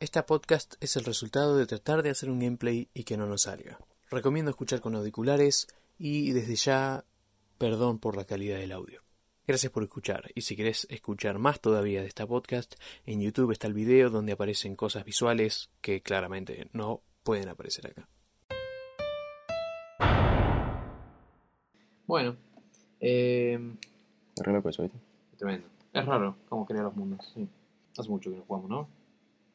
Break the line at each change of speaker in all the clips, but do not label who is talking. Esta podcast es el resultado de tratar de hacer un gameplay y que no nos salga. Recomiendo escuchar con auriculares y desde ya, perdón por la calidad del audio. Gracias por escuchar y si querés escuchar más todavía de esta podcast, en YouTube está el video donde aparecen cosas visuales que claramente no pueden aparecer acá. Bueno, eh,
Es re loco eso, ¿viste?
tremendo. Es raro cómo crear los mundos. sí. Hace mucho que no jugamos, ¿no?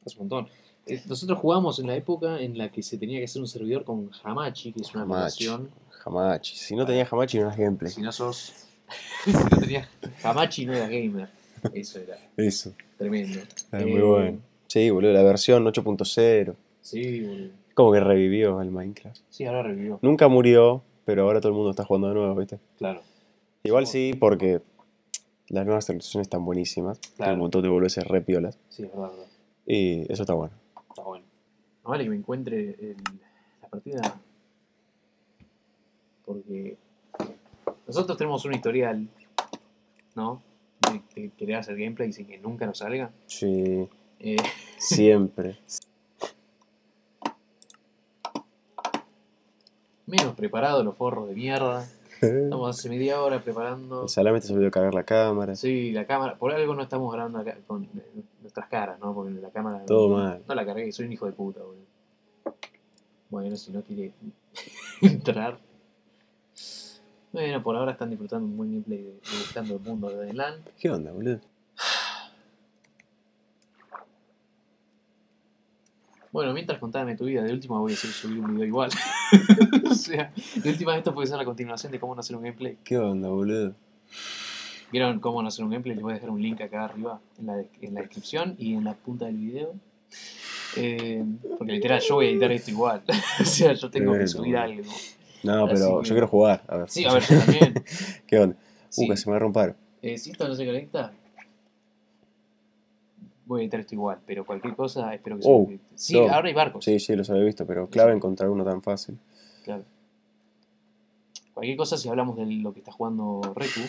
Hace un montón. Eh, Nosotros jugamos en la época en la que se tenía que hacer un servidor con Hamachi, que es una
Hamachi.
aplicación.
Hamachi. Si no tenías Hamachi, no eras gameplay.
Si no sos. si no tenías Hamachi, no era gamer. Eso era
Eso.
tremendo.
Es
Eh,
muy bueno. Sí, boludo, la versión 8.0.
Sí, boludo.
Como que revivió el Minecraft.
Sí, ahora revivió.
Nunca murió, pero ahora todo el mundo está jugando de nuevo, ¿viste?
Claro.
Igual sí, porque las nuevas actualizaciones están buenísimas. Hay
Claro.
un montón de boludeces re piolas.
Sí, es verdad, es verdad.
Y eso está bueno.
Está bueno. No vale que me encuentre el- la partida. Porque nosotros tenemos un historial, ¿no? De, de querer hacer gameplay sin que nunca nos salga.
Sí,
Eh,
siempre.
menos preparado los forros de mierda.
el
Estamos hace media hora preparando.
salame te se olvidó cargar la cámara.
Sí, la cámara. Por algo no estamos grabando acá con eh, nuestras caras, ¿no? Porque la cámara.
Todo mal.
No la cargué, soy un hijo de puta, boludo. Bueno, si no quiere entrar. Bueno, por ahora están disfrutando un buen gameplay de, de Buscando el Mundo de LAN.
¿Qué onda, boludo?
Bueno, mientras contame tu vida, de última voy a decir subir un video igual. o sea, de última esto puede ser la continuación de cómo no hacer un gameplay.
¿Qué onda, boludo?
¿Vieron cómo no hacer un gameplay? Les voy a dejar un link acá arriba en la, de- en la descripción y en la punta del video. Eh, porque literal, yo voy a editar esto igual. o sea, yo tengo que
Tremendo,
subir
boludo.
algo.
No,
Así
pero
que-
yo quiero jugar. A ver.
Sí, a ver, yo también.
¿Qué onda?
Sí.
Uh, que se me va a romper.
Eh, si esto no se conecta, voy a editar esto igual, pero cualquier cosa espero que se
Oh,
conecte. Sí,
no.
ahora hay barcos.
Sí, sí, los había visto, pero clave encontrar uno tan fácil.
Claro. Cualquier cosa, si hablamos de lo que está jugando Reku,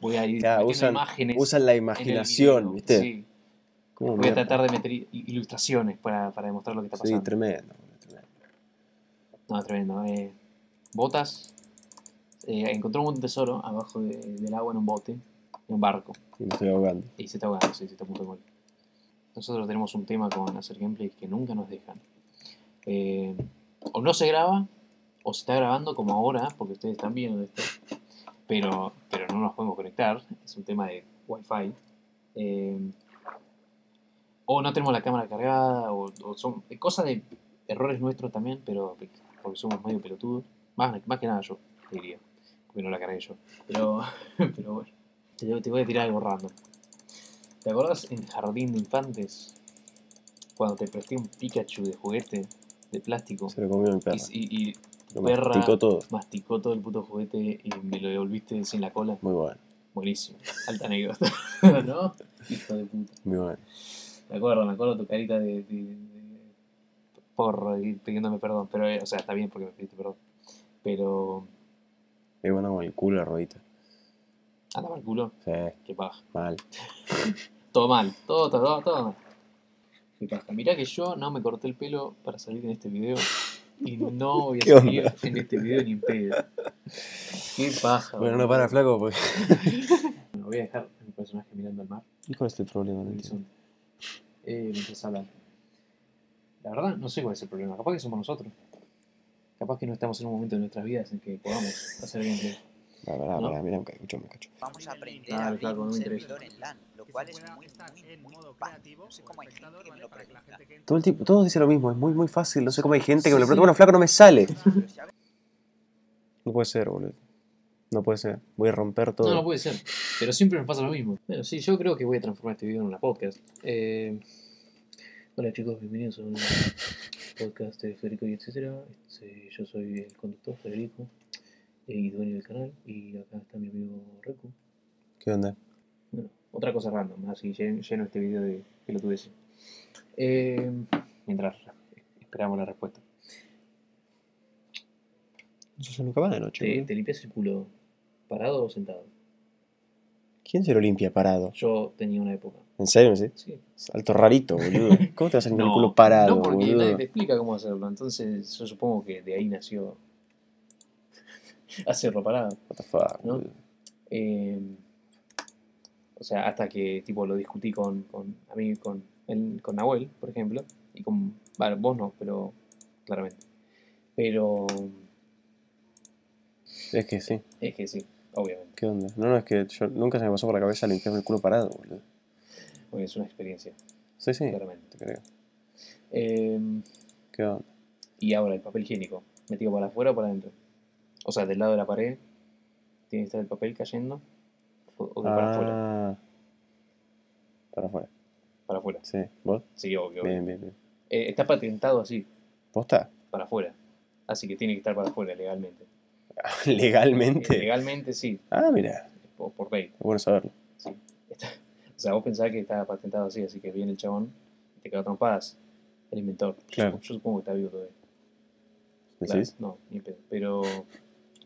voy a ir
Ya,
metiendo
usan-
imágenes.
Usan la
en el
imaginación,
video.
¿viste?
Sí,
¿Cómo
voy a
mierda?
tratar de meter i- ilustraciones para, para demostrar lo que está
Sí,
pasando.
tremendo. boludo, tremendo.
no, tremendo. eh. botas. Eh, encontró un tesoro abajo de- del agua en un bote, en un barco.
Y me estoy ahogando.
Y se está ahogando, sí, se está a punto de morir. Nosotros tenemos un tema con hacer gameplays que nunca nos dejan. Eh, o no se graba, o se está grabando como ahora, porque ustedes están viendo esto, pero, pero no nos podemos conectar, es un tema de Wi-Fi. Eh, o no tenemos la cámara cargada, o, o son cosas de errores nuestros también, pero porque somos medio pelotudos. Más, más que nada yo, te diría, porque no la cargué yo. Pero, pero bueno, te, te voy a tirar algo random. ¿Te acordás en Jardín de Infantes? Cuando te presté un Pikachu de juguete de plástico
Se lo comió mi perra.
y, y- y
Lo
perra-
masticó todo.
masticó todo el puto juguete y me lo devolviste sin la cola.
Muy bueno,
Buenísimo. Alta anécdota. ¿No? Hijo de puta.
muy bueno.
Me acuerdo, me acuerdo tu carita de, de- de porro y pidiéndome perdón. Pero, eh, o sea, está bien porque me pediste perdón. Pero.
Me mandó con el culo la rodita.
Anda mal culo,
Sí,
qué paja.
mal.
Todo mal, todo, todo, todo, todo mal. Qué paja. Mirá que yo no me corté el pelo para salir en este video. Y no voy a
¿Qué onda?
salir en este video ni en pedo. Qué paja.
Bueno, no
boludo.
para, flaco, porque.
Bueno, voy a dejar a mi personaje mirando al mar.
¿Y cuál es el este problema? No entiendo.
Horizonte. Eh, mientras hablan. La verdad, no sé cuál es el problema. Capaz que somos nosotros. Capaz que no estamos en un momento de nuestras vidas en que podamos hacer gameplay.
Pará, pará,
¿No?
pará, mirá, me cacho, me cacho.
vamos a aprender
Claro,
a abrir
claro, no
un
me
servidor en LAN, lo
que
cual
se
es
pueda
muy,
estar
muy,
en
muy
modo
fácil.
creativo
No sé
o
cómo hay gente
espectador,
que me
¿vale?
lo
Para que la
pregunta.
gente que
Todo el tiempo, todos dicen lo mismo, es muy, muy fácil. No sé cómo hay gente que me lo
Sí,
pregunta, bueno,
sí.
flaco, no me sale.
Pero si hablamos
No puede ser, boludo. No puede ser. Voy a romper
No, no
todo.
puede ser. Pero siempre nos pasa lo mismo. Bueno, sí, yo creo que voy a transformar este video en una podcast. Eh, Hola chicos, bienvenidos a un podcast de Federico y etcétera. Este, yo soy el conductor Federico eh, y dueño del canal. Y acá está mi amigo Reku.
¿Qué onda?
Bueno, otra cosa random, así llen- lleno este video de pelotudeces. Eh, mientras esperamos la respuesta.
Yo ya nunca más de noche.
¿Te,
boludo.
te limpias el culo parado o sentado?
¿Quién se lo limpia parado?
Yo tenía una época.
¿En serio? ¿Sí?
Sí.
Alto rarito, boludo. ¿Cómo te vas a salir con el culo
no,
parado,
porque nadie
boludo?
te explica cómo hacerlo. Entonces, yo supongo que de ahí nació hacerlo parado.
What the fuck,
¿no?
boludo.
Eh, o sea, hasta que tipo lo discutí con, con a mí, con, el- con Nahuel, por ejemplo, y con bueno, vos no, pero claramente. Pero
Es que sí,
es que sí, obviamente,
¿qué onda? No, no, es que yo nunca se me pasó por la cabeza limpiarme el culo parado, boludo.
porque es una experiencia,
Sí, sí,
claramente.
te creo.
Eh,
¿Qué onda?
y ahora el papel higiénico, metido para afuera o para adentro. O sea, del lado de la pared, tiene que estar el papel cayendo, o, o que para afuera,
Ah. Para afuera,
para afuera.
sí. ¿Vos?
Sí, obvio. obvio.
Bien, bien, bien.
Eh, está patentado así,
¿Posta?
para afuera. Así que tiene que estar para afuera legalmente. Eh,
¿Legalmente?
legalmente sí,
Ah, mira,
por, por ley.
es bueno saberlo.
O sea, vos pensás que está patentado así, así que viene el chabón y te queda trompadas. El inventor. Yo
Claro.
sup- Yo, supongo que está vivo todavía. Claro,
¿Decís?
No, ni en pedo. Pero,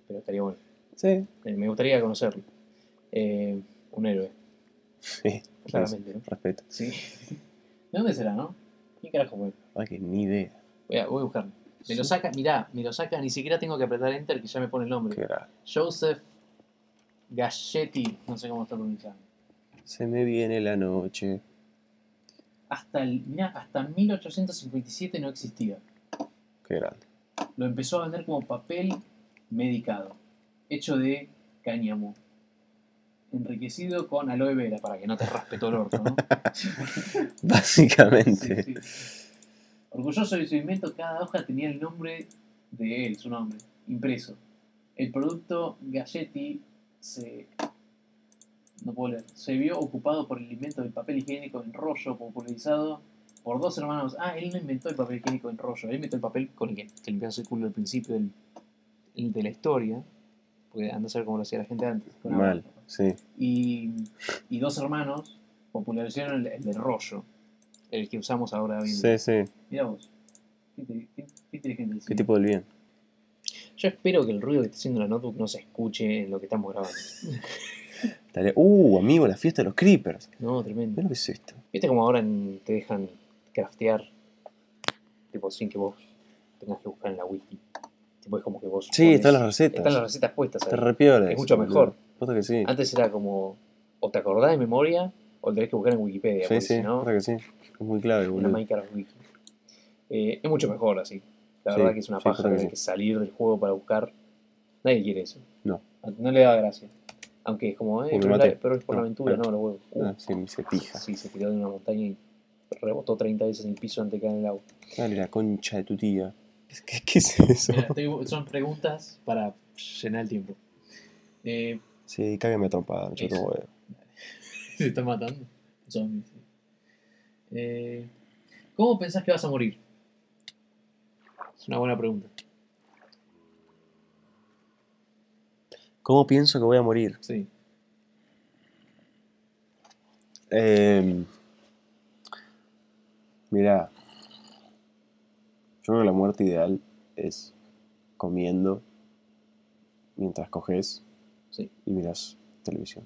pero estaría bueno.
Sí.
Eh, me gustaría conocerlo. Eh, un héroe,
Sí,
claramente, ¿no?
respeto.
Sí. ¿De dónde será, no? ¿Quién carajo fue?
Ah, que ni idea.
Voy a, voy a buscarlo. Me lo
Sí.
saca, mirá, me lo saca, ni siquiera tengo que apretar enter que ya me pone el nombre.
Qué grave.
Joseph Gassetti, no sé cómo está pronunciado.
Se me viene la noche.
Hasta, el, mirá, hasta 1857 no existía.
Qué grande.
Lo empezó a vender como papel medicado, hecho de cáñamo, enriquecido con aloe vera, para que no te raspe todo el orto, ¿no?
Básicamente.
Sí, sí. Orgulloso de su invento, cada hoja tenía el nombre de él, su nombre, impreso. El producto Galletti se. No puedo leer. Se vio ocupado por el invento del papel higiénico en rollo, popularizado por dos hermanos. Ah, él no inventó el papel higiénico en rollo, él inventó el papel con el que te limpiabas el culo al principio del- el de la historia. Porque anda a saber cómo lo hacía la gente antes. con agua.
Mal, sí.
Y, y dos hermanos popularizaron el, el del rollo, el que usamos ahora hoy en día.
Sí, sí.
Mirá vos. Qué, inte- qué- qué inteligente el
¿Qué
señor.
tipo del bien?
Yo espero que el ruido que está haciendo la notebook no se escuche en lo que estamos grabando.
Tarea- Uh, amigo, la fiesta de los creepers.
No, tremendo.
Mira lo que es esto.
Viste como ahora en- te dejan craftear, tipo, sin que vos tengas que buscar en la wiki. Tipo, es como que vos.
Sí,
pones-
están las recetas.
Están las recetas puestas.
Te
ahí.
repiola.
Es
eso,
mucho
boludo.
mejor.
Posta que sí.
Antes era como, o te acordás de memoria, o lo tenés que buscar en Wikipedia.
Sí,
porque
sí,
si no,
posta que sí. Es muy clave,
una
boludo.
Minecraft Wiki. Eh, es mucho mejor así. La
Sí,
verdad que es una
sí,
paja
creo que
tener
sí.
que salir del juego para buscar. Nadie quiere eso.
No.
A- No le da gracia. Aunque es como, eh,
Uy, me
pero,
maté.
la- pero es por la
No,
aventura,
bueno.
no, los huevos. Uh,
Ah, sí, se pija.
sí, se tiró de una montaña y rebotó 30 veces en el piso antes de caer en el agua.
Dale la concha de tu tía. ¿Qué, qué es eso?
Mira, estoy- son preguntas para llenar el tiempo. Eh,
Sí, cágame a trompada, me chupa
Eso.
un huevo.
se está matando. Zombies, sí. Eh, ¿Cómo pensás que vas a morir? Es una buena pregunta.
¿Cómo pienso que voy a morir?
Sí.
Eh, mirá, yo creo que la muerte ideal es comiendo mientras coges
Sí.
y miras televisión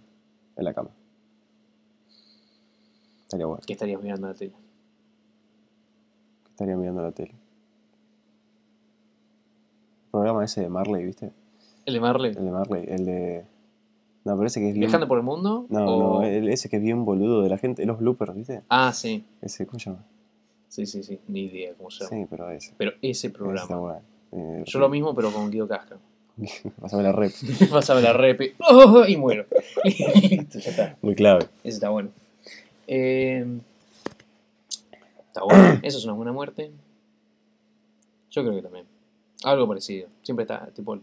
en la cama. Estaría bueno,
¿Qué estarías mirando en la tele?
estaría mirando la tele. El programa ese de Marley, ¿viste?
El de Marley.
El de Marley, el de... No, parece que es bien...
¿Viajando por el mundo?
No,
o-
no, el, ese que es bien boludo de la gente, los bloopers, ¿viste?
Ah, sí.
Ese, ¿cómo se llama?
Sí, sí, sí. Ni idea cómo se llama.
Sí, pero ese.
Pero ese
Está
programa.
bueno. Eh,
Yo lo mismo, pero con Guido Casca.
Vas a ver la rep.
Pasaba la repe. ¡Oh! Y muero. Listo, ya está.
Muy clave.
Ese está bueno. Eh, Está bueno. Eso es una buena muerte. Yo creo que también. Algo parecido. Siempre está, tipo.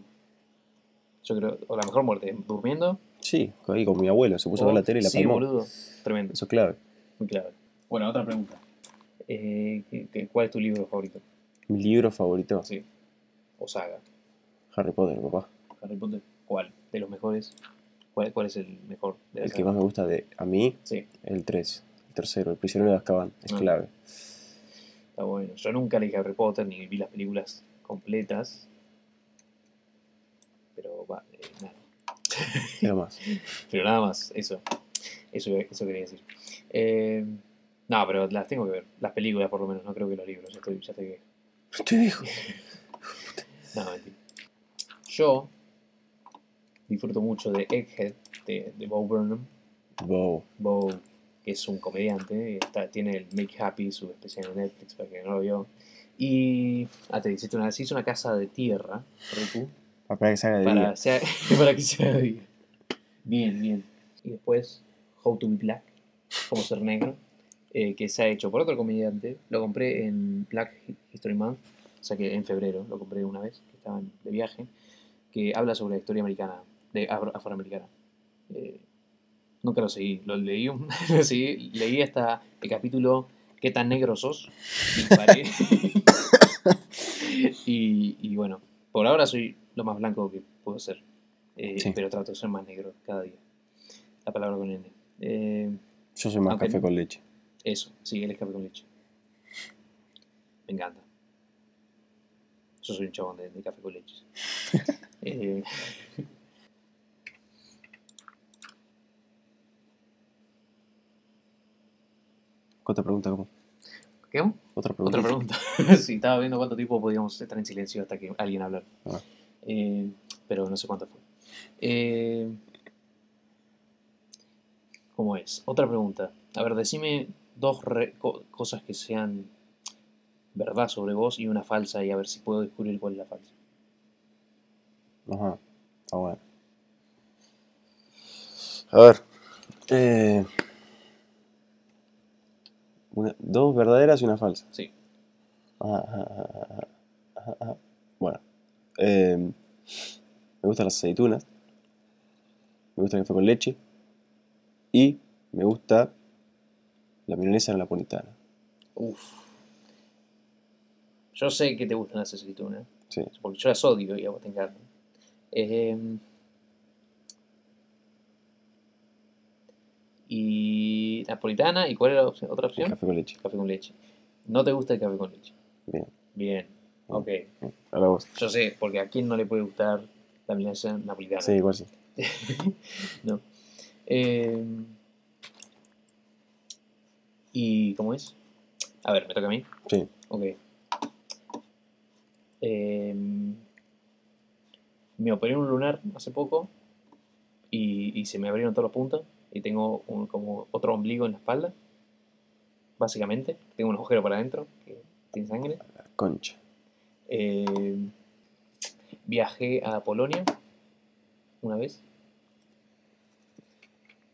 Yo creo. O la mejor muerte, durmiendo.
Sí, ahí con mi abuelo. Se puso a
o-
ver la tele y la
Oh, sí,
palmó.
boludo. Tremendo.
Eso es clave.
Muy clave. Bueno, otra pregunta. Eh, ¿qué- qué- ¿Cuál es tu libro favorito?
Mi libro favorito.
Sí. O saga.
Harry Potter, papá.
Harry Potter. ¿Cuál? ¿De los mejores? ¿Cuál, cuál es el mejor? De la
El que
saga?
más me gusta de a mí,
Sí,
el 3. El tercero, el prisionero de Azkaban. Es
Ah.
clave.
está bueno. Yo nunca leí Harry Potter ni vi las películas completas. Pero va, eh, nada.
Era más.
Pero nada más, eso. Eso, eso quería decir. Eh, no, pero las tengo que ver. Las películas, por lo menos. No creo que los libros. Ya estoy, ya estoy viejo.
Te dijo.
No, mentira. Yo disfruto mucho de Egghead, de, de Bo Burnham.
Wow.
Bo es un comediante, está, tiene el Make Happy, su especial en Netflix, para que no lo vio. Y ah, te hiciste una, se hizo una casa de tierra, Riku,
Para que salga de día.
para, sea- para que sea de día. Bien, bien. Y después, How to be Black, Cómo ser negro, eh, que se ha hecho por otro comediante. Lo compré en Black History Month, o sea que en febrero lo compré una vez, que estaban de viaje, que habla sobre la historia americana, de afro- afroamericana. Eh, nunca lo seguí, lo leí, un- lo seguí- leí hasta el capítulo ¿Qué tan negro sos? Y paré. y, y bueno, por ahora soy lo más blanco que puedo ser, Eh,
Sí.
pero trato de ser más negro cada día. La palabra con N. Eh,
Yo soy más
Ok.
café con leche.
eso, sí, el escape con leche. Me encanta. Yo soy un chabón de, de café con leche. Eh,
Otra pregunta, ¿cómo?
¿Qué? hago?
Otra pregunta.
Otra pregunta. sí, estaba viendo cuánto tiempo podíamos estar en silencio hasta que alguien hablara.
Ah.
Eh, pero no sé cuánto fue. Eh, ¿Cómo es? Otra pregunta. A ver, decime dos re- co- cosas que sean verdad sobre vos y una falsa y a ver si puedo descubrir cuál es la falsa.
Ajá. Está bueno. A ver. Eh, una- dos verdaderas y una falsa.
Sí.
Ajá, ajá, ajá, ajá, ajá, ajá. Bueno. Eh, me gustan las aceitunas. Me gusta el café con leche. Y me gusta la milanesa napolitana.
Uf. Yo sé que te gustan las aceitunas,
Sí.
porque yo las odio y a vos te encantan. Em, y napolitana, ¿y cuál era la opción- otra
El
opción?
café con leche.
Café con leche. No te gusta el café con leche.
Bien.
Bien, ok.
Ahora vos.
Yo sé, porque a quién no le puede gustar la milanesa napolitana.
Sí, igual sí.
no. Em, ¿Y cómo es? A ver, me toca a mí.
Sí.
Ok. Em, me operé un lunar hace poco y, y se me abrieron todas las puntas y tengo un- como otro ombligo en la espalda, básicamente. Tengo un agujero para adentro que tiene sangre.
La concha.
Eh, viajé a Polonia una vez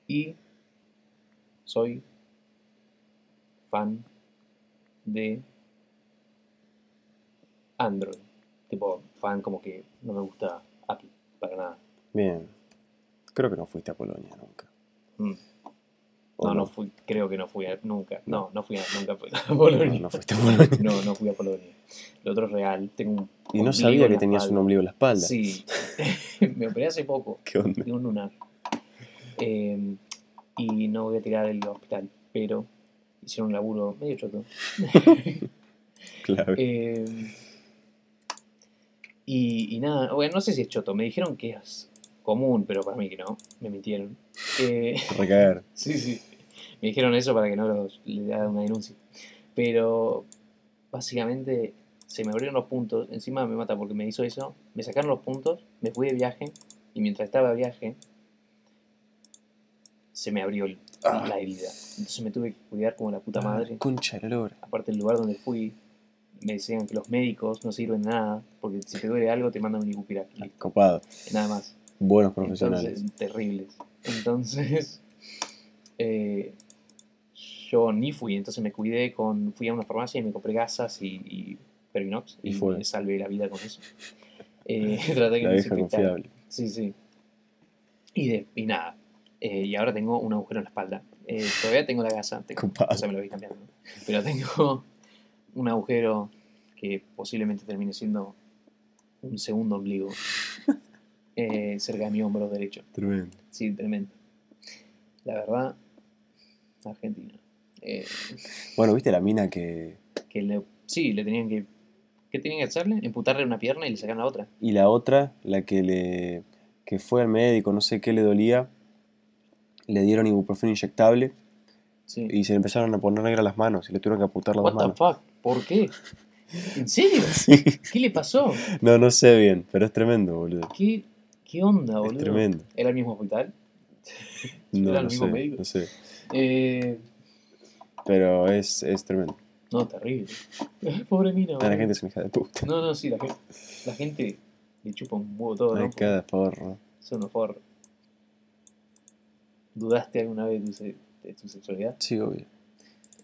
y soy fan de Android. Tipo, fan como que no me gusta Apple para nada.
Bien. Creo que no fuiste a Polonia nunca.
Mm.
¿O
No, no fui, creo que no fui a- nunca. No, no fui a, nunca a
No,
Polonia.
no fuiste a Polonia.
No, no fui a Polonia. Lo otro es real. Tengo un
Y no
ombligo
sabía
en
que
la
tenías
espalda.
un ombligo en la espalda.
Sí, me operé hace poco
¿Qué onda?
de un lunar. Eh, y no voy a tirar el hospital, pero hicieron un laburo medio choto.
Claro.
Eh, y, y nada, bueno, no sé si es choto, me dijeron que es común, pero para mí que no, me mintieron. Eh,
Recaer.
Sí, sí. Me dijeron eso para que no los- le haga una denuncia. Pero básicamente se me abrieron los puntos. Encima me mata porque me hizo eso. Me sacaron los puntos, me fui de viaje. Y mientras estaba de viaje, se me abrió el-
Ah.
la herida. Entonces me tuve que cuidar como la puta madre.
Concha de la lora.
Aparte, el lugar donde fui, me decían que los médicos no sirven de nada. Porque si te duele algo, te mandan un ibuprofeno.
Copado.
Nada más.
Buenos profesionales.
Entonces, terribles. Entonces, eh, yo ni fui, entonces me cuidé con, fui a una farmacia y me compré gasas y, y Perinox
Y
y,
fue.
me salvé la vida con eso. Eh, traté de que
la
no se
vieja
infectara.
confiable.
Sí, sí. Y, de- y nada. Eh, y ahora tengo un agujero en la espalda. Eh, todavía tengo la gasa. Tengo,
Copado.
o sea, me lo voy cambiando. ¿no? Pero tengo un agujero que posiblemente termine siendo un segundo ombligo eh, cerca de mi hombro derecho.
Tremendo.
Sí, tremendo. La verdad, Argentina. Eh,
Bueno, ¿viste la mina que.?
que le, sí, le tenían que. ¿Qué tenían que hacerle? Emputarle una pierna y le sacaron la otra.
Y la otra, la que le. que fue al médico, no sé qué le dolía. le dieron ibuprofeno inyectable
Sí.
y se le empezaron a poner negras las manos y le tuvieron que apuntar las
What
dos
the
manos.
fuck? ¿Por qué? ¿En serio?
Sí.
¿Qué le pasó?
No, no sé bien, pero es tremendo, boludo.
¿Qué, qué onda,
Es
boludo?
tremendo.
¿Era el mismo hospital?
No,
Era el
no
mismo
sé,
médico.
no sé.
Eh,
Pero es, es tremendo.
no, terrible. Pobre mina,
Ah, la
boludo.
gente es una hija de puta.
No, no, sí, la gente, la gente le chupa un huevo todo,
Ay,
¿no?
cada porro.
Son los forros. ¿Dudaste alguna vez de tu, se- de tu sexualidad?
Sí, obvio.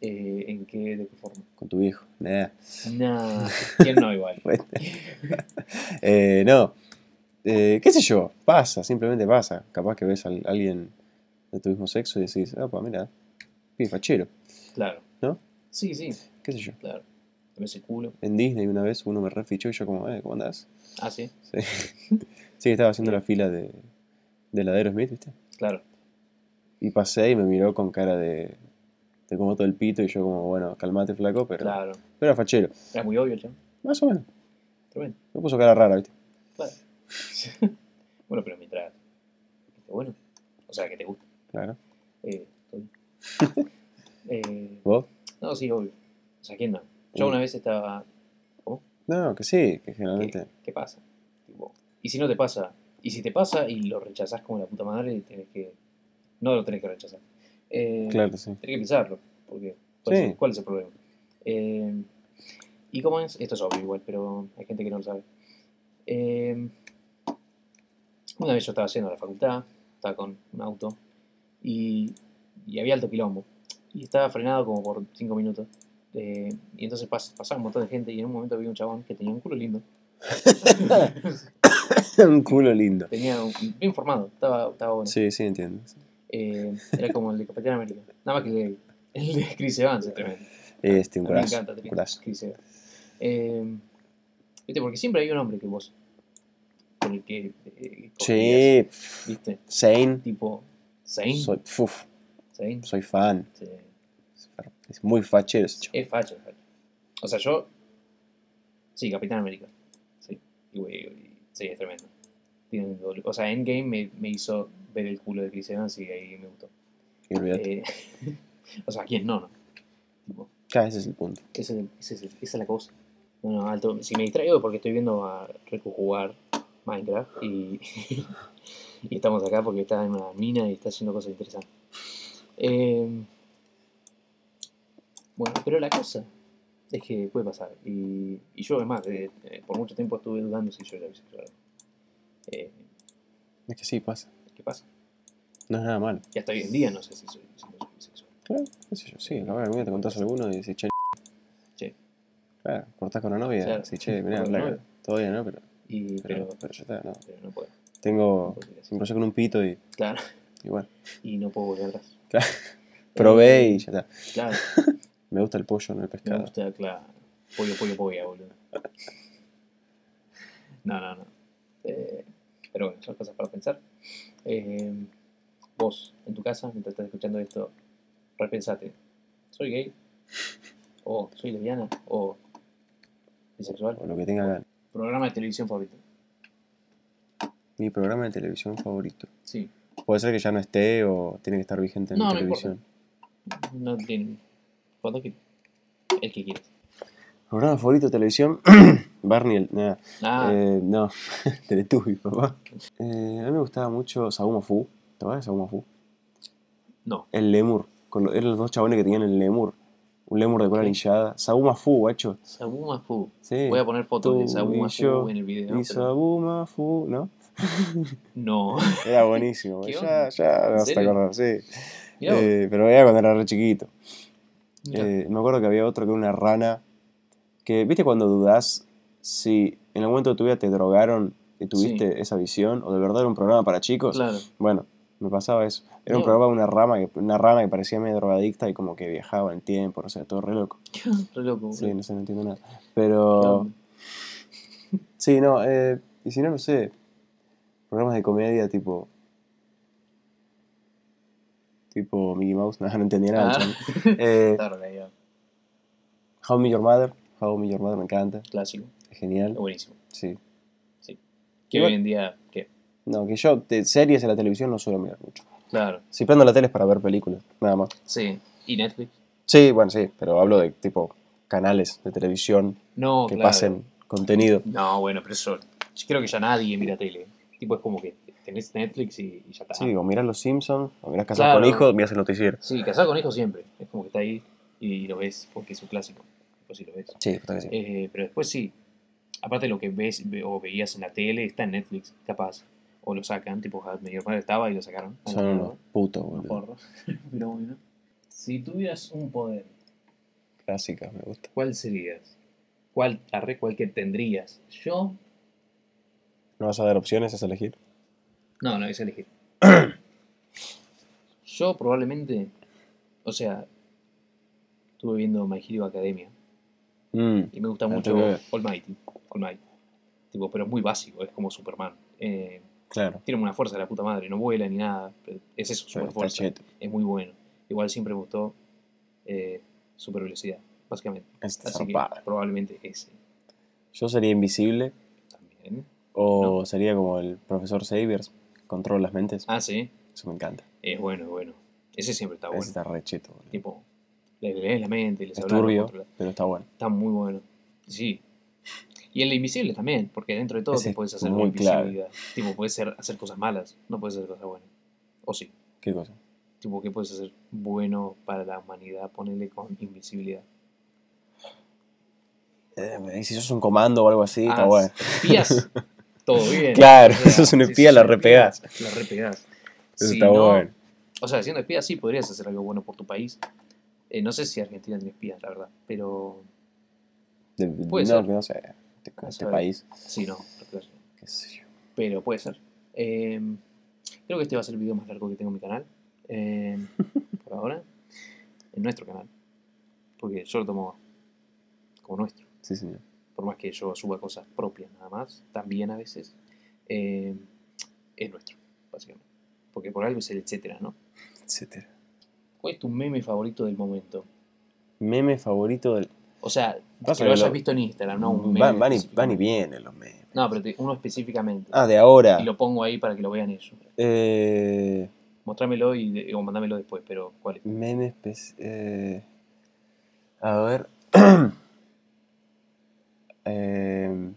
Eh, ¿En qué, de qué forma?
Con tu viejo. Nah.
Nah, ¿quién no igual?
Bueno. Eh, no. Eh, ¿Qué sé yo? Pasa, simplemente pasa. Capaz que ves a alguien de tu mismo sexo y decís, ah, pues mira, qué fachero.
Claro.
¿No?
Sí, sí,
¿Qué sé yo?
claro. Con ese culo.
En Disney una vez uno me refichó y yo como, eh, ¿cómo andás?
Ah, sí,
Sí, sí estaba haciendo la fila de, de heladero Smith, ¿viste?
claro.
Y pasé y me miró con cara de... Te como todo el pito y yo como, bueno, calmate flaco, pero...
Claro.
Pero era fachero.
Era muy obvio, chaval.
Más o menos.
Tremendo.
Me puso cara rara, ¿viste?
Claro. bueno, pero mientras. esté bueno. O sea, que te gusta.
Claro.
Eh, todo bien. Eh,
¿Vos?
no, sí, obvio. O sea, ¿quién no? Yo
Mm.
una vez estaba.
No, que sí, que
¿Qué,
generalmente...
qué pasa? Tipo, y si no te pasa. Y si te pasa y lo rechazás como la puta madre, tenés que. No lo tenés que rechazar. Eh,
Claro, sí.
Tenés que pensarlo, porque ¿cuál,
Sí.
es, cuál es el problema? Eh, ¿Y cómo es? Esto es obvio igual, pero hay gente que no lo sabe. Eh, una vez yo estaba yendo a la facultad, estaba con un auto, y, y había alto quilombo, y estaba frenado como por 5 minutos. eh, y entonces pas- pasaba un montón de gente, y en un momento vi un chabón que tenía un culo lindo.
Un culo lindo.
tenía un, bien formado, estaba, estaba bueno.
Sí, sí, entiendo.
Eh, era como el de Capitán América. Nada más que el de, el de Chris Evans, es tremendo.
Este, un
A mí me
culazo.
encanta
Un
Chris-
culazo.
Chris Evans. Eh, Viste, porque siempre hay un hombre que vos. Con el que. eh, congenias,
Sí,
¿Viste?
Zane.
Tipo. Zayn.
Soy, uf,
Zayn.
soy fan.
sí.
Es muy fachero ese chico.
Es facho, es facho. O sea, yo. Sí, Capitán América. Sí. Y, güey, y- sí, es tremendo. Tiene un doble- O sea, Endgame me, me hizo ver el culo de Chris Evans y ahí me gustó.
Y olvidate.
Eh, o sea, ¿quién no, no? Tipo,
Claro, ese es el punto.
Ese, ese- ese- esa es la cosa. No, no, alto. Si me distraigo porque estoy viendo a Recu jugar Minecraft y, y estamos acá porque está en una mina y está haciendo cosas interesantes. Eh, bueno, pero la cosa es que puede pasar. Y, y yo, además, eh, eh, por mucho tiempo estuve dudando si yo era bisexual. Eh,
Es que sí, pasa.
¿Qué pasa?
No es nada malo.
Y hasta hoy en día no sé si soy, si no soy bisexual.
Claro, qué sé yo. Sí, capaz que algún día te contás alguno y decís, che,
Che.
Claro, cortás con una novia.
Claro.
Sí, che, mirá,
Con una
flaca,
novia.
Todavía no, pero,
Y,
pero,
pero,
pero ya está, no.
pero no puedo.
Tengo.
porque así-
Me crucé con un pito y,
Claro,
y bueno.
y no puedo volver atrás.
Claro. Probé
Eh,
y ya está.
Claro.
Me gusta el pollo, no el
Me
pescado.
gusta, claro. Pollo, pollo, pollo, boludo. No, no, no. Eh, pero bueno, son cosas para pensar. Eh, vos, en tu casa, mientras estás escuchando esto, repensate. ¿Soy gay? ¿O soy lesbiana? ¿O bisexual?
O lo que tenga ganas.
Programa de televisión favorito.
Mi programa de televisión favorito.
Sí.
Puede ser que ya no esté o tiene que estar vigente en
No,
la
no importa.
televisión.
No tiene... ¿Cuándo que... El que quieras.
Programa favorito de televisión. Barney, el- nada.
Ah,
Eh, no, Teletubby, papá. Eh, a mí me gustaba mucho Saúma Fu. ¿Te acuerdas de Saúma Fu?
no.
El Lemur. Con lo- eran los dos chabones que tenían el Lemur. Un Lemur de cola anillada. Saúma Fu, guacho.
Sabuma Fu.
Sí.
Voy a poner fotos de
eh, tú
Sabuma
y yo
Fu en el video.
Y
pero-
Saúma Fu, ¿no?
No.
Era buenísimo.
¿Qué
ya,
onda?
ya,
¿En
no te
serio?
acordás, sí.
Mirá vos,
Eh, pero era cuando era re chiquito.
mirá.
Eh, me acuerdo que había otro que era una rana. Que, ¿viste cuando dudás si en algún momento de tu vida te drogaron y tuviste esa visión? ¿O de verdad era un programa para chicos?
Claro.
Bueno, me pasaba eso. Era un
No.
programa de una rama que, una rana que parecía medio drogadicta y como que viajaba en el tiempo, no sé, todo re loco.
Re loco.
Sí,
boludo.
no sé, no entiendo nada.
¿Qué
Pero.
onda?
Sí, no, eh, y si no, no sé. Programas de comedia tipo. Tipo Mickey Mouse, no, no entendía nada.
Ah.
chabón. Eh,
Está re leído.
How I Met Your Mother, How I Met Your Mother me encanta,
Clásico.
es genial.
Buenísimo.
Sí.
Que
Igual-
hoy en día, ¿qué?
No, que yo de series en la televisión no suelo mirar mucho.
Claro,
Si prendo la tele es para ver películas, nada más.
sí. ¿Y Netflix?
Sí, bueno, sí, pero hablo de tipo canales de televisión
No,
que
Oh, claro.
pasen contenido.
No, bueno, pero eso. Yo creo que ya nadie mira tele. Tipo, es como que tenés Netflix y, y ya está.
Sí, o mirás Los Simpsons, o mirás Casas
Ah. Claro.
con Hijos, mirás el noticiero.
Sí, casado con hijos siempre. Es como que está ahí y lo ves porque es un clásico. Pues sí lo ves.
Sí, puta que sí.
Eh, pero después sí. Aparte lo que ves ve- o veías en la tele está en Netflix, capaz. O lo sacan, tipo How I Met Your Mother estaba y lo sacaron. A la
Son
mierda.
unos putos,
Un
boludo.
porro. pero bueno. Si tuvieras un poder,
Clásicas, me gusta.
¿cuál serías? ¿Cuál, arre, cuál que tendrías? Yo,
¿No vas a dar opciones? ¿Es elegir?
no, no, es elegir. Yo probablemente, o sea, estuve viendo My Hero Academia.
Mm,
Y me gusta
Ah,
mucho
tengo que ver.
Almighty. Almighty. Tipo, pero es muy básico, es como Superman. Eh,
claro.
tiene una fuerza de la puta madre, no vuela ni nada. pero Es eso,
Pero
super
está
fuerza.
cheto.
Es muy bueno. Igual siempre me gustó eh, super velocidad, básicamente.
Está
Así que
zarpado.
probablemente ese
Yo sería invisible
también.
o sería como el profesor Xavier, control las mentes.
Ah, sí,
Eso me encanta.
es bueno, es bueno. Ese siempre está
Ese
bueno.
está re cheto, boludo.
Tipo, le lees la mente, les
Es
hablas,
turbio,
controlas.
pero está bueno.
Está muy bueno. Sí. Y el invisible también, porque dentro de todo
Ese
te
es
puedes hacer
muy
muy
clave.
invisibilidad. Tipo, puedes ser- hacer cosas malas, no puedes hacer cosas buenas. O sí.
¿Qué cosa?
Tipo, ¿qué puedes hacer bueno para la humanidad? Ponerle con invisibilidad.
Eh, y si sos un comando o algo así, está
Ah,
bueno.
Espías. Todo bien.
Claro,
O sea,
sos un
si
espía,
sos
la
un
repegás.
espía, La repegás.
Eso
Si
está
no-
bueno.
O sea, siendo espía sí podrías hacer algo bueno por tu país. Eh, no sé si Argentina tiene espías, la verdad. Pero
De-
puede
no,
ser.
que no sé. Este,
Puede
este
ser.
país.
sí, no. creo que no.
qué sé yo.
Pero puede ser. Eh, creo que este va a ser el video más largo que tengo en mi canal. eh, por ahora. En nuestro canal. Porque yo lo tomo como nuestro.
Sí, señor.
por más que yo suba cosas propias nada más, también a veces, eh, es nuestro, básicamente. Porque por algo es el etcétera, ¿no?
Etcétera.
¿Cuál es tu meme favorito del momento?
Meme favorito del.
O sea,
Pasa
que lo
que lo-
hayas visto en Instagram, no un meme.
van, van y,
específico.
van y vienen los memes.
No, pero te- uno específicamente.
Ah, de ahora.
Y lo pongo ahí para que lo vean ellos.
Eh,
Mostrámelo y, de- o mandámelo después, pero ¿cuál es?
meme espec- eh, A ver. Eh,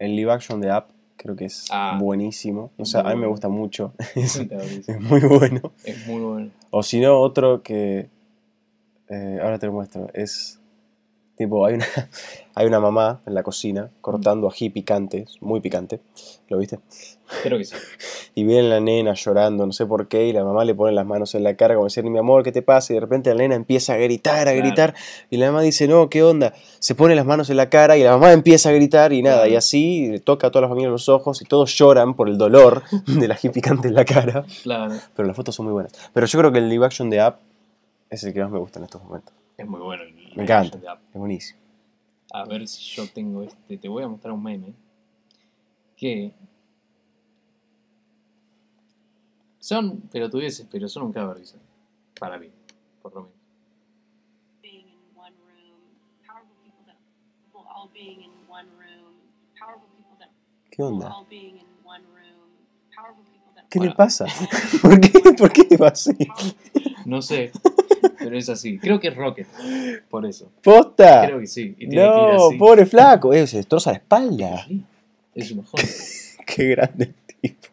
el live action de App creo que es
Ah. Mm.
buenísimo. O
Es
sea,
muy
a mí me
bueno.
gusta mucho. es,
es
es muy bueno.
muy bueno.
O si no, otro que. eh, ahora te lo muestro. Es. Tipo, hay una, hay una mamá en la cocina cortando ají picante, es muy picante. ¿Lo viste?
Creo que sí.
Y viene la nena llorando, no sé por qué, y la mamá le pone las manos en la cara como diciendo, mi amor, ¿qué te pasa? Y de repente la nena empieza a gritar, a
Claro.
gritar, y la mamá dice, no, ¿qué onda? Se pone las manos en la cara y la mamá empieza a gritar y nada,
Claro.
y así le toca a toda la familia los ojos y todos lloran por el dolor del ají picante en la cara.
Claro,
Pero las fotos son muy buenas. Pero yo creo que el live action de App es el que más me gusta en estos momentos.
es muy bueno. el-
Me encanta. Es buenísimo.
A ver si yo tengo este. Te voy a mostrar un meme. Que. Son pelotudeces, pero son un caberdizo. Para mí, por lo menos.
being in one room, powerful people that will all being in one room, powerful people that
¿Qué
will
onda?
all being in one room, powerful people that
¿Qué
Bueno.
le pasa? ¿Por qué, ¿Por qué te va así?
No sé, pero es así. Creo que es Rocket, por eso.
¡Posta!
Creo que sí. Y tiene que ir
Ah. No,
así.
pobre flaco. Eh, se destroza la espalda.
Sí, Es un mejor.
Qué grande tipo.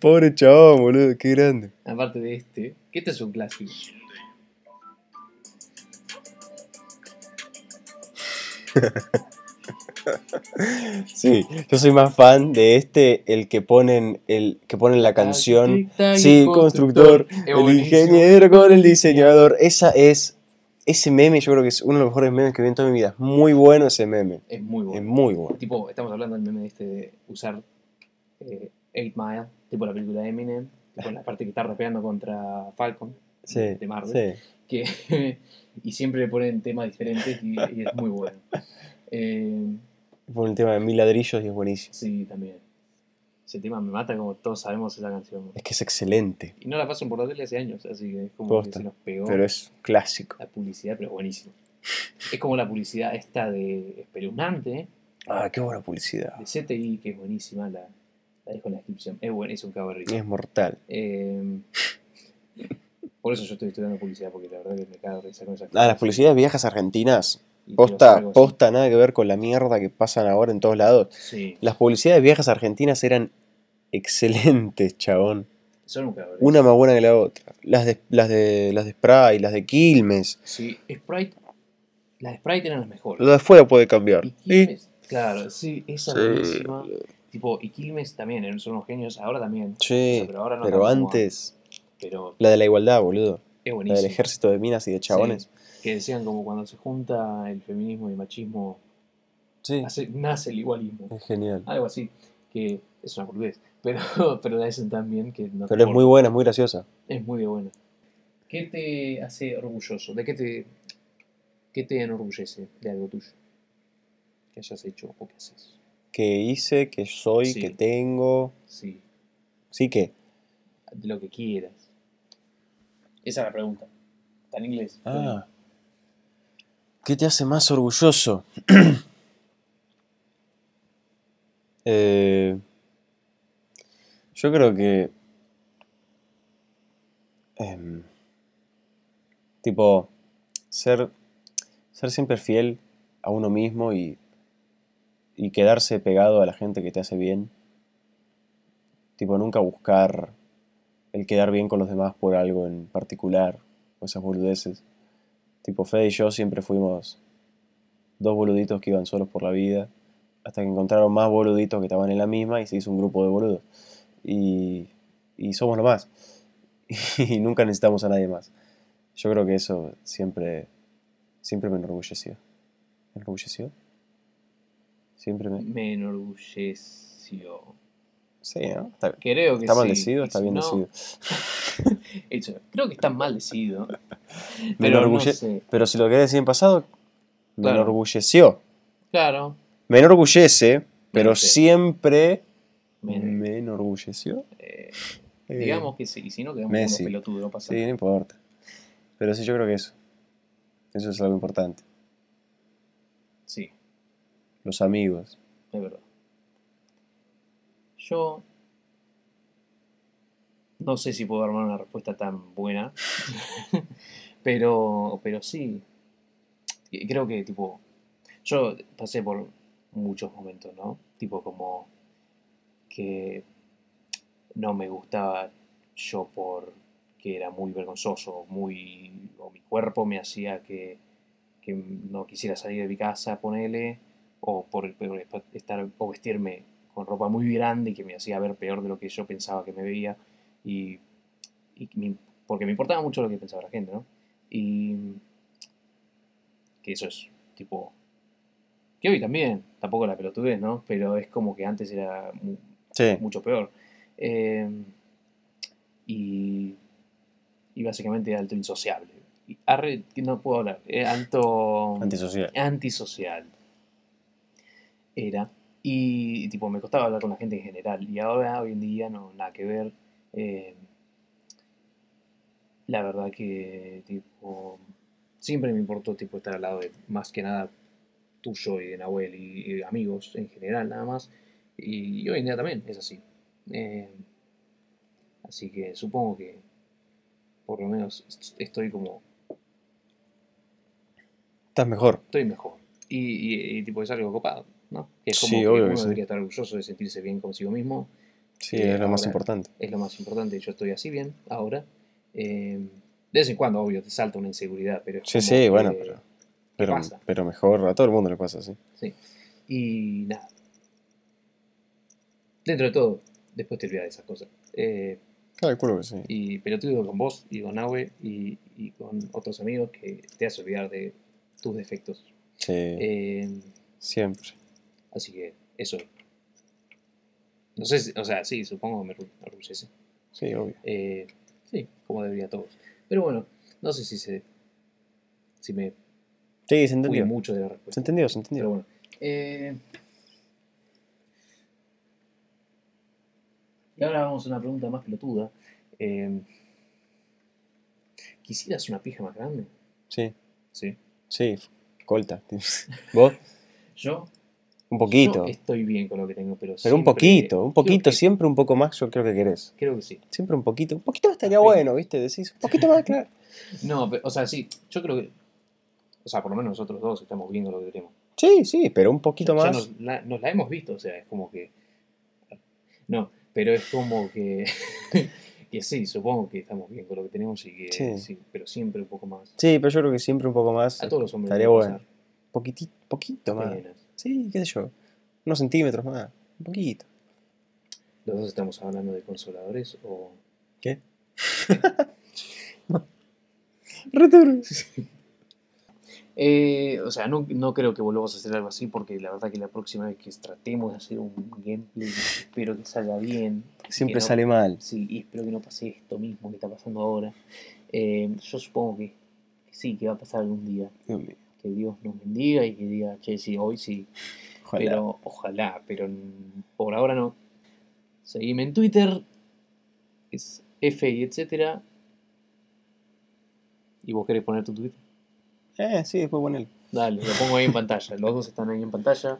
Pobre chabón, boludo. Qué grande.
Aparte de este, que este es un clásico.
Sí, yo soy más fan de este, el que ponen, el que ponen
Ah,
la canción. Sí, constructor,
Es
El
buenísimo.
ingeniero con el diseñador. Esa es. Ese meme, yo creo que es uno de los mejores memes que vi en toda mi vida. Es muy bueno ese meme.
Es muy bueno.
Es muy bueno.
tipo, estamos hablando del meme este de usar eh, Eight Mile, tipo la película de Eminem, tipo la parte que está rapeando contra Falcon,
Sí,
de Marvel,
sí.
que, y siempre le ponen temas diferentes y, y es muy bueno. Eh,
Por el tema de mil ladrillos y es buenísimo.
sí, también. Ese tema me mata como todos sabemos esa canción.
Es que es excelente,
Y no la pasan por la tele hace años, así que es como que
Posta.
se nos pegó
pero es clásico.
la publicidad, pero buenísimo. Es como la publicidad esta de espeluznante,
Ah, qué buena publicidad.
de CTI, que es buenísima, la, La dejo en la descripción. Es bueno, es un cabarrito.
Es mortal.
Eh, por eso yo estoy estudiando publicidad, porque la verdad que me cago de risa con esas
Ah, las publicidades viejas argentinas.
Y quiero hacer
Posta,
algo así.
posta, nada que ver con la mierda que pasan ahora en todos lados.
Sí,
Las publicidades viejas argentinas eran excelentes, chabón.
son un cabarrito.
Una más buena que la otra. Las de, las de, las de Spray, las de Quilmes.
Sí, Sprite. Las de Sprite eran las mejores.
Lo de afuera puede cambiar.
Y
Y-
Quilmes, claro, sí, esa
Sí.
buenísima. Tipo, y Quilmes también, eran- son unos genios, ahora también. O sea,
Che,
pero ahora no
pero
tanto como
antes.
antes, Pero
La de la igualdad, boludo.
es
La del
buenísimo.
ejército de minas y de chabones.
Que decían como cuando se junta el feminismo y el machismo,
Sí,
hace- nace el igualismo.
es genial.
Algo así, que es una boludez. Pero, pero la hacen tan bien que no te
Pero es muy
importa.
buena, es muy graciosa.
Es muy buena. ¿Qué te hace orgulloso? ¿De qué te, qué te enorgullece de algo tuyo? Que hayas hecho o que haces.
Que hice, que soy,
Sí.
que tengo.
Sí,
Sí que.
de lo que quieras. Esa es la pregunta. Está en inglés.
Ah. ¿Qué te hace más orgulloso? Eh, yo creo que... em, tipo, ser, ser siempre fiel a uno mismo y, y quedarse pegado a la gente que te hace bien. Tipo, nunca buscar el quedar bien con los demás por algo en particular o esas boludeces. Tipo, Fede y yo siempre fuimos dos boluditos que iban solos por la vida, hasta que encontraron más boluditos que estaban en la misma y se hizo un grupo de boludos. Y, y somos lo más. Y nunca necesitamos a nadie más. Yo creo que eso siempre, siempre me enorgulleció. ¿Me enorgulleció? Siempre me...
Me enorgulleció.
Sí, ¿no? Está,
Creo que
está
sí.
maldecido,
Y
está
si
bien
no,
decidido.
hecho, creo que está maldecido.
Me
pero no
enorgulle-
sé.
Pero si lo querés decir en pasado, me
Claro.
enorgulleció.
Claro.
Me enorgullece, pero
sé.
siempre
me-
me enorgulleció.
eh,
Eh,
digamos que sí. Y si no, quedamos
Messi.
unos pelotudos. No pasa
Sí, no
nada.
importa. Pero sí, yo creo que eso. Eso es algo importante.
Sí,
Los amigos.
es verdad. Yo. No sé si puedo armar una respuesta tan buena. pero, pero sí. Y Creo que, tipo. Yo pasé por muchos momentos, ¿no? Tipo, como. Que. No me gustaba yo por. Que era muy vergonzoso, muy. O mi cuerpo me hacía que. Que no quisiera salir de mi casa, ponele. O por, por estar. O vestirme con ropa muy grande que me hacía ver peor de lo que yo pensaba que me veía. Y. y me- porque me importaba mucho lo que pensaba la gente, ¿no? Y. Que eso es, tipo. Que hoy también, tampoco la pelotudez, ¿no? Pero es como que antes era mu-
Sí,
mucho peor. Eh, y, y básicamente alto insociable. Y arre- que no puedo hablar. eh, alto
antisocial.
antisocial. Era. Y, y, tipo, me costaba hablar con la gente en general. Y ahora, hoy en día, no, nada que ver. Eh, la verdad que, tipo, siempre me importó, tipo, estar al lado de, más que nada, tuyo y de Nahuel y, y amigos en general, nada más. Y, y hoy en día también es así. Eh, así que supongo que, por lo menos, est- estoy como
Estás mejor.
estoy mejor. Y, y- y, tipo, es algo copado, ¿no? Que es como
Sí,
que
obvio
uno
que sí.
debería estar orgulloso de sentirse bien consigo mismo.
Sí,
Eh,
es lo más
ahora-
importante.
Es lo más importante. Yo estoy así bien ahora. Eh, de vez en cuando, obvio, te salta una inseguridad, pero. es
Sí,
como
sí,
que-
bueno, pero, pero,
pasa?
pero mejor. A todo el mundo le pasa así.
Y nada. Dentro de todo, después te olvidas de esas cosas. Eh,
Calculo que sí.
y pelotudo con vos y con Nahue y, y con otros amigos que te hace olvidar de tus defectos.
Sí,
Eh,
siempre.
Así que eso. No sé, si- o sea, sí, supongo que me orgu- orgullece.
Sí, obvio.
Eh, sí, como debería todos. Pero bueno, no sé si se. Si me
Sí, se
fui
entendió.
mucho de la
Se
respuesta.
entendió, se entendió.
Pero bueno. Eh, y ahora vamos a una pregunta más pelotuda. Eh, ¿Quisieras una pija más grande?
Sí,
Sí.
sí. Colta. ¿Vos?
Yo,
Un
Yo
poquito.
estoy bien con lo que tengo, pero
Pero un
siempre-
poquito, un poquito,
creo que-
siempre un poco más, yo creo que querés.
Creo que sí.
Siempre un poquito. Un poquito más estaría
Sí.
bueno, ¿viste? Decís, un poquito más, claro.
No, pero, o sea, sí, yo creo que. O sea, por lo menos nosotros dos estamos viendo lo que tenemos.
Sí, sí, pero un poquito
Ya
más.
nos, la, nos la hemos visto, o sea, es como que. No, pero es como que. que sí, supongo que estamos bien con lo que tenemos y que.
Sí.
Sí. pero siempre un poco más.
Sí, pero yo creo que siempre un poco más.
A todos los hombres.
Estaría
les
bueno.
pasa.
Poquitito, poquito más.
Apenas.
Sí, qué sé yo. Unos centímetros más. Un poquito.
¿Los dos estamos hablando de consoladores o.?
Retorno.
Eh, o sea, no, no creo que volvamos a hacer algo así porque la verdad que la próxima vez que tratemos de hacer un gameplay, espero que salga bien.
Siempre
Que no-
sale mal.
Sí, y espero que no pase esto mismo que está pasando ahora. Eh, yo supongo que, que sí, que va a pasar algún día.
Dios mío.
Que Dios nos bendiga y que diga, che, sí, hoy sí.
Ojalá.
Pero ojalá, pero n- por ahora no. Seguime en Twitter, es F y etcétera. ¿Y vos querés poner tu Twitter?
Eh, sí, después ponelo.
Dale, lo pongo ahí en pantalla. Los dos están ahí en pantalla.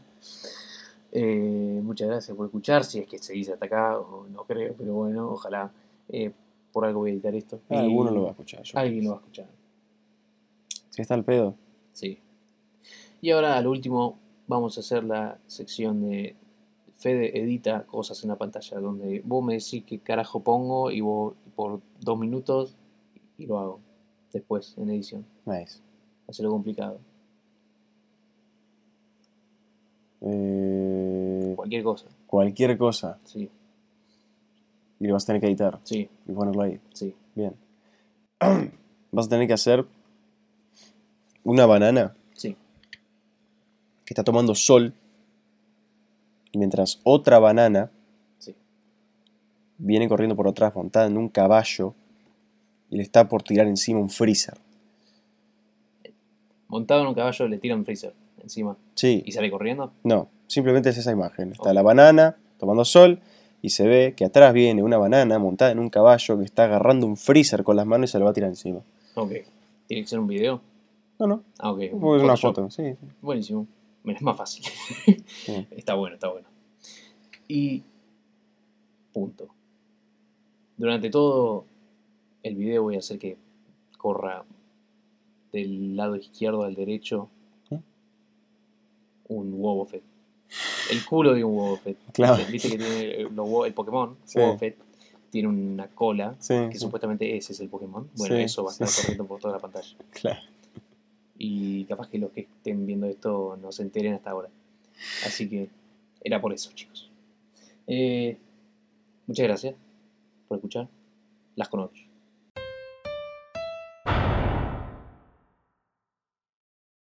Eh, muchas gracias por escuchar. Si es que se dice hasta acá, o no creo, pero bueno, ojalá. eh, por algo voy a editar esto.
Ah,
Y
Alguno lo va a escuchar. yo
Alguien lo
creo.
va a escuchar.
Si está al pedo.
Sí. Y ahora, al último, vamos a hacer la sección de Fede edita cosas en la pantalla, donde vos me decís qué carajo pongo y vos por dos minutos y lo hago después en edición.
Nice.
Hacerlo complicado.
Eh,
Cualquier cosa.
cualquier cosa.
Sí,
Y lo vas a tener que editar.
sí,
Y ponerlo ahí.
sí.
Bien. Vas a tener que hacer una banana
Sí.
que está tomando sol. Mientras otra banana
Sí.
viene corriendo por atrás montada en un caballo y le está por tirar encima un freezer.
Montado en un caballo le tiran freezer encima
Sí.
y sale corriendo.
No, simplemente es esa imagen. Está la banana tomando sol y se ve que atrás viene una banana montada en un caballo que está agarrando un freezer con las manos y se lo va a tirar encima.
Ok. ¿Tiene que ser un video?
No, no,
Ah, ok.
es una
Photoshop.
foto, sí.
Buenísimo. Bueno, es más fácil.
Sí.
está bueno, está bueno. Y. Punto. Durante todo el video voy a hacer que corra del lado izquierdo al derecho
¿Eh?
un huevo Fett. El culo de un huevo Fett.
Claro.
Viste que tiene eh, los huevos- el Pokémon,
Sí.
huevo Fett, tiene una cola
Sí,
que
sí,
supuestamente ese es el Pokémon. Bueno,
Sí,
eso va a
sí,
estar
sí.
corriendo por toda la pantalla.
claro.
Y capaz que los que estén viendo esto no se enteren hasta ahora. Así que era por eso, chicos. Eh, muchas gracias por escuchar. Las conozco.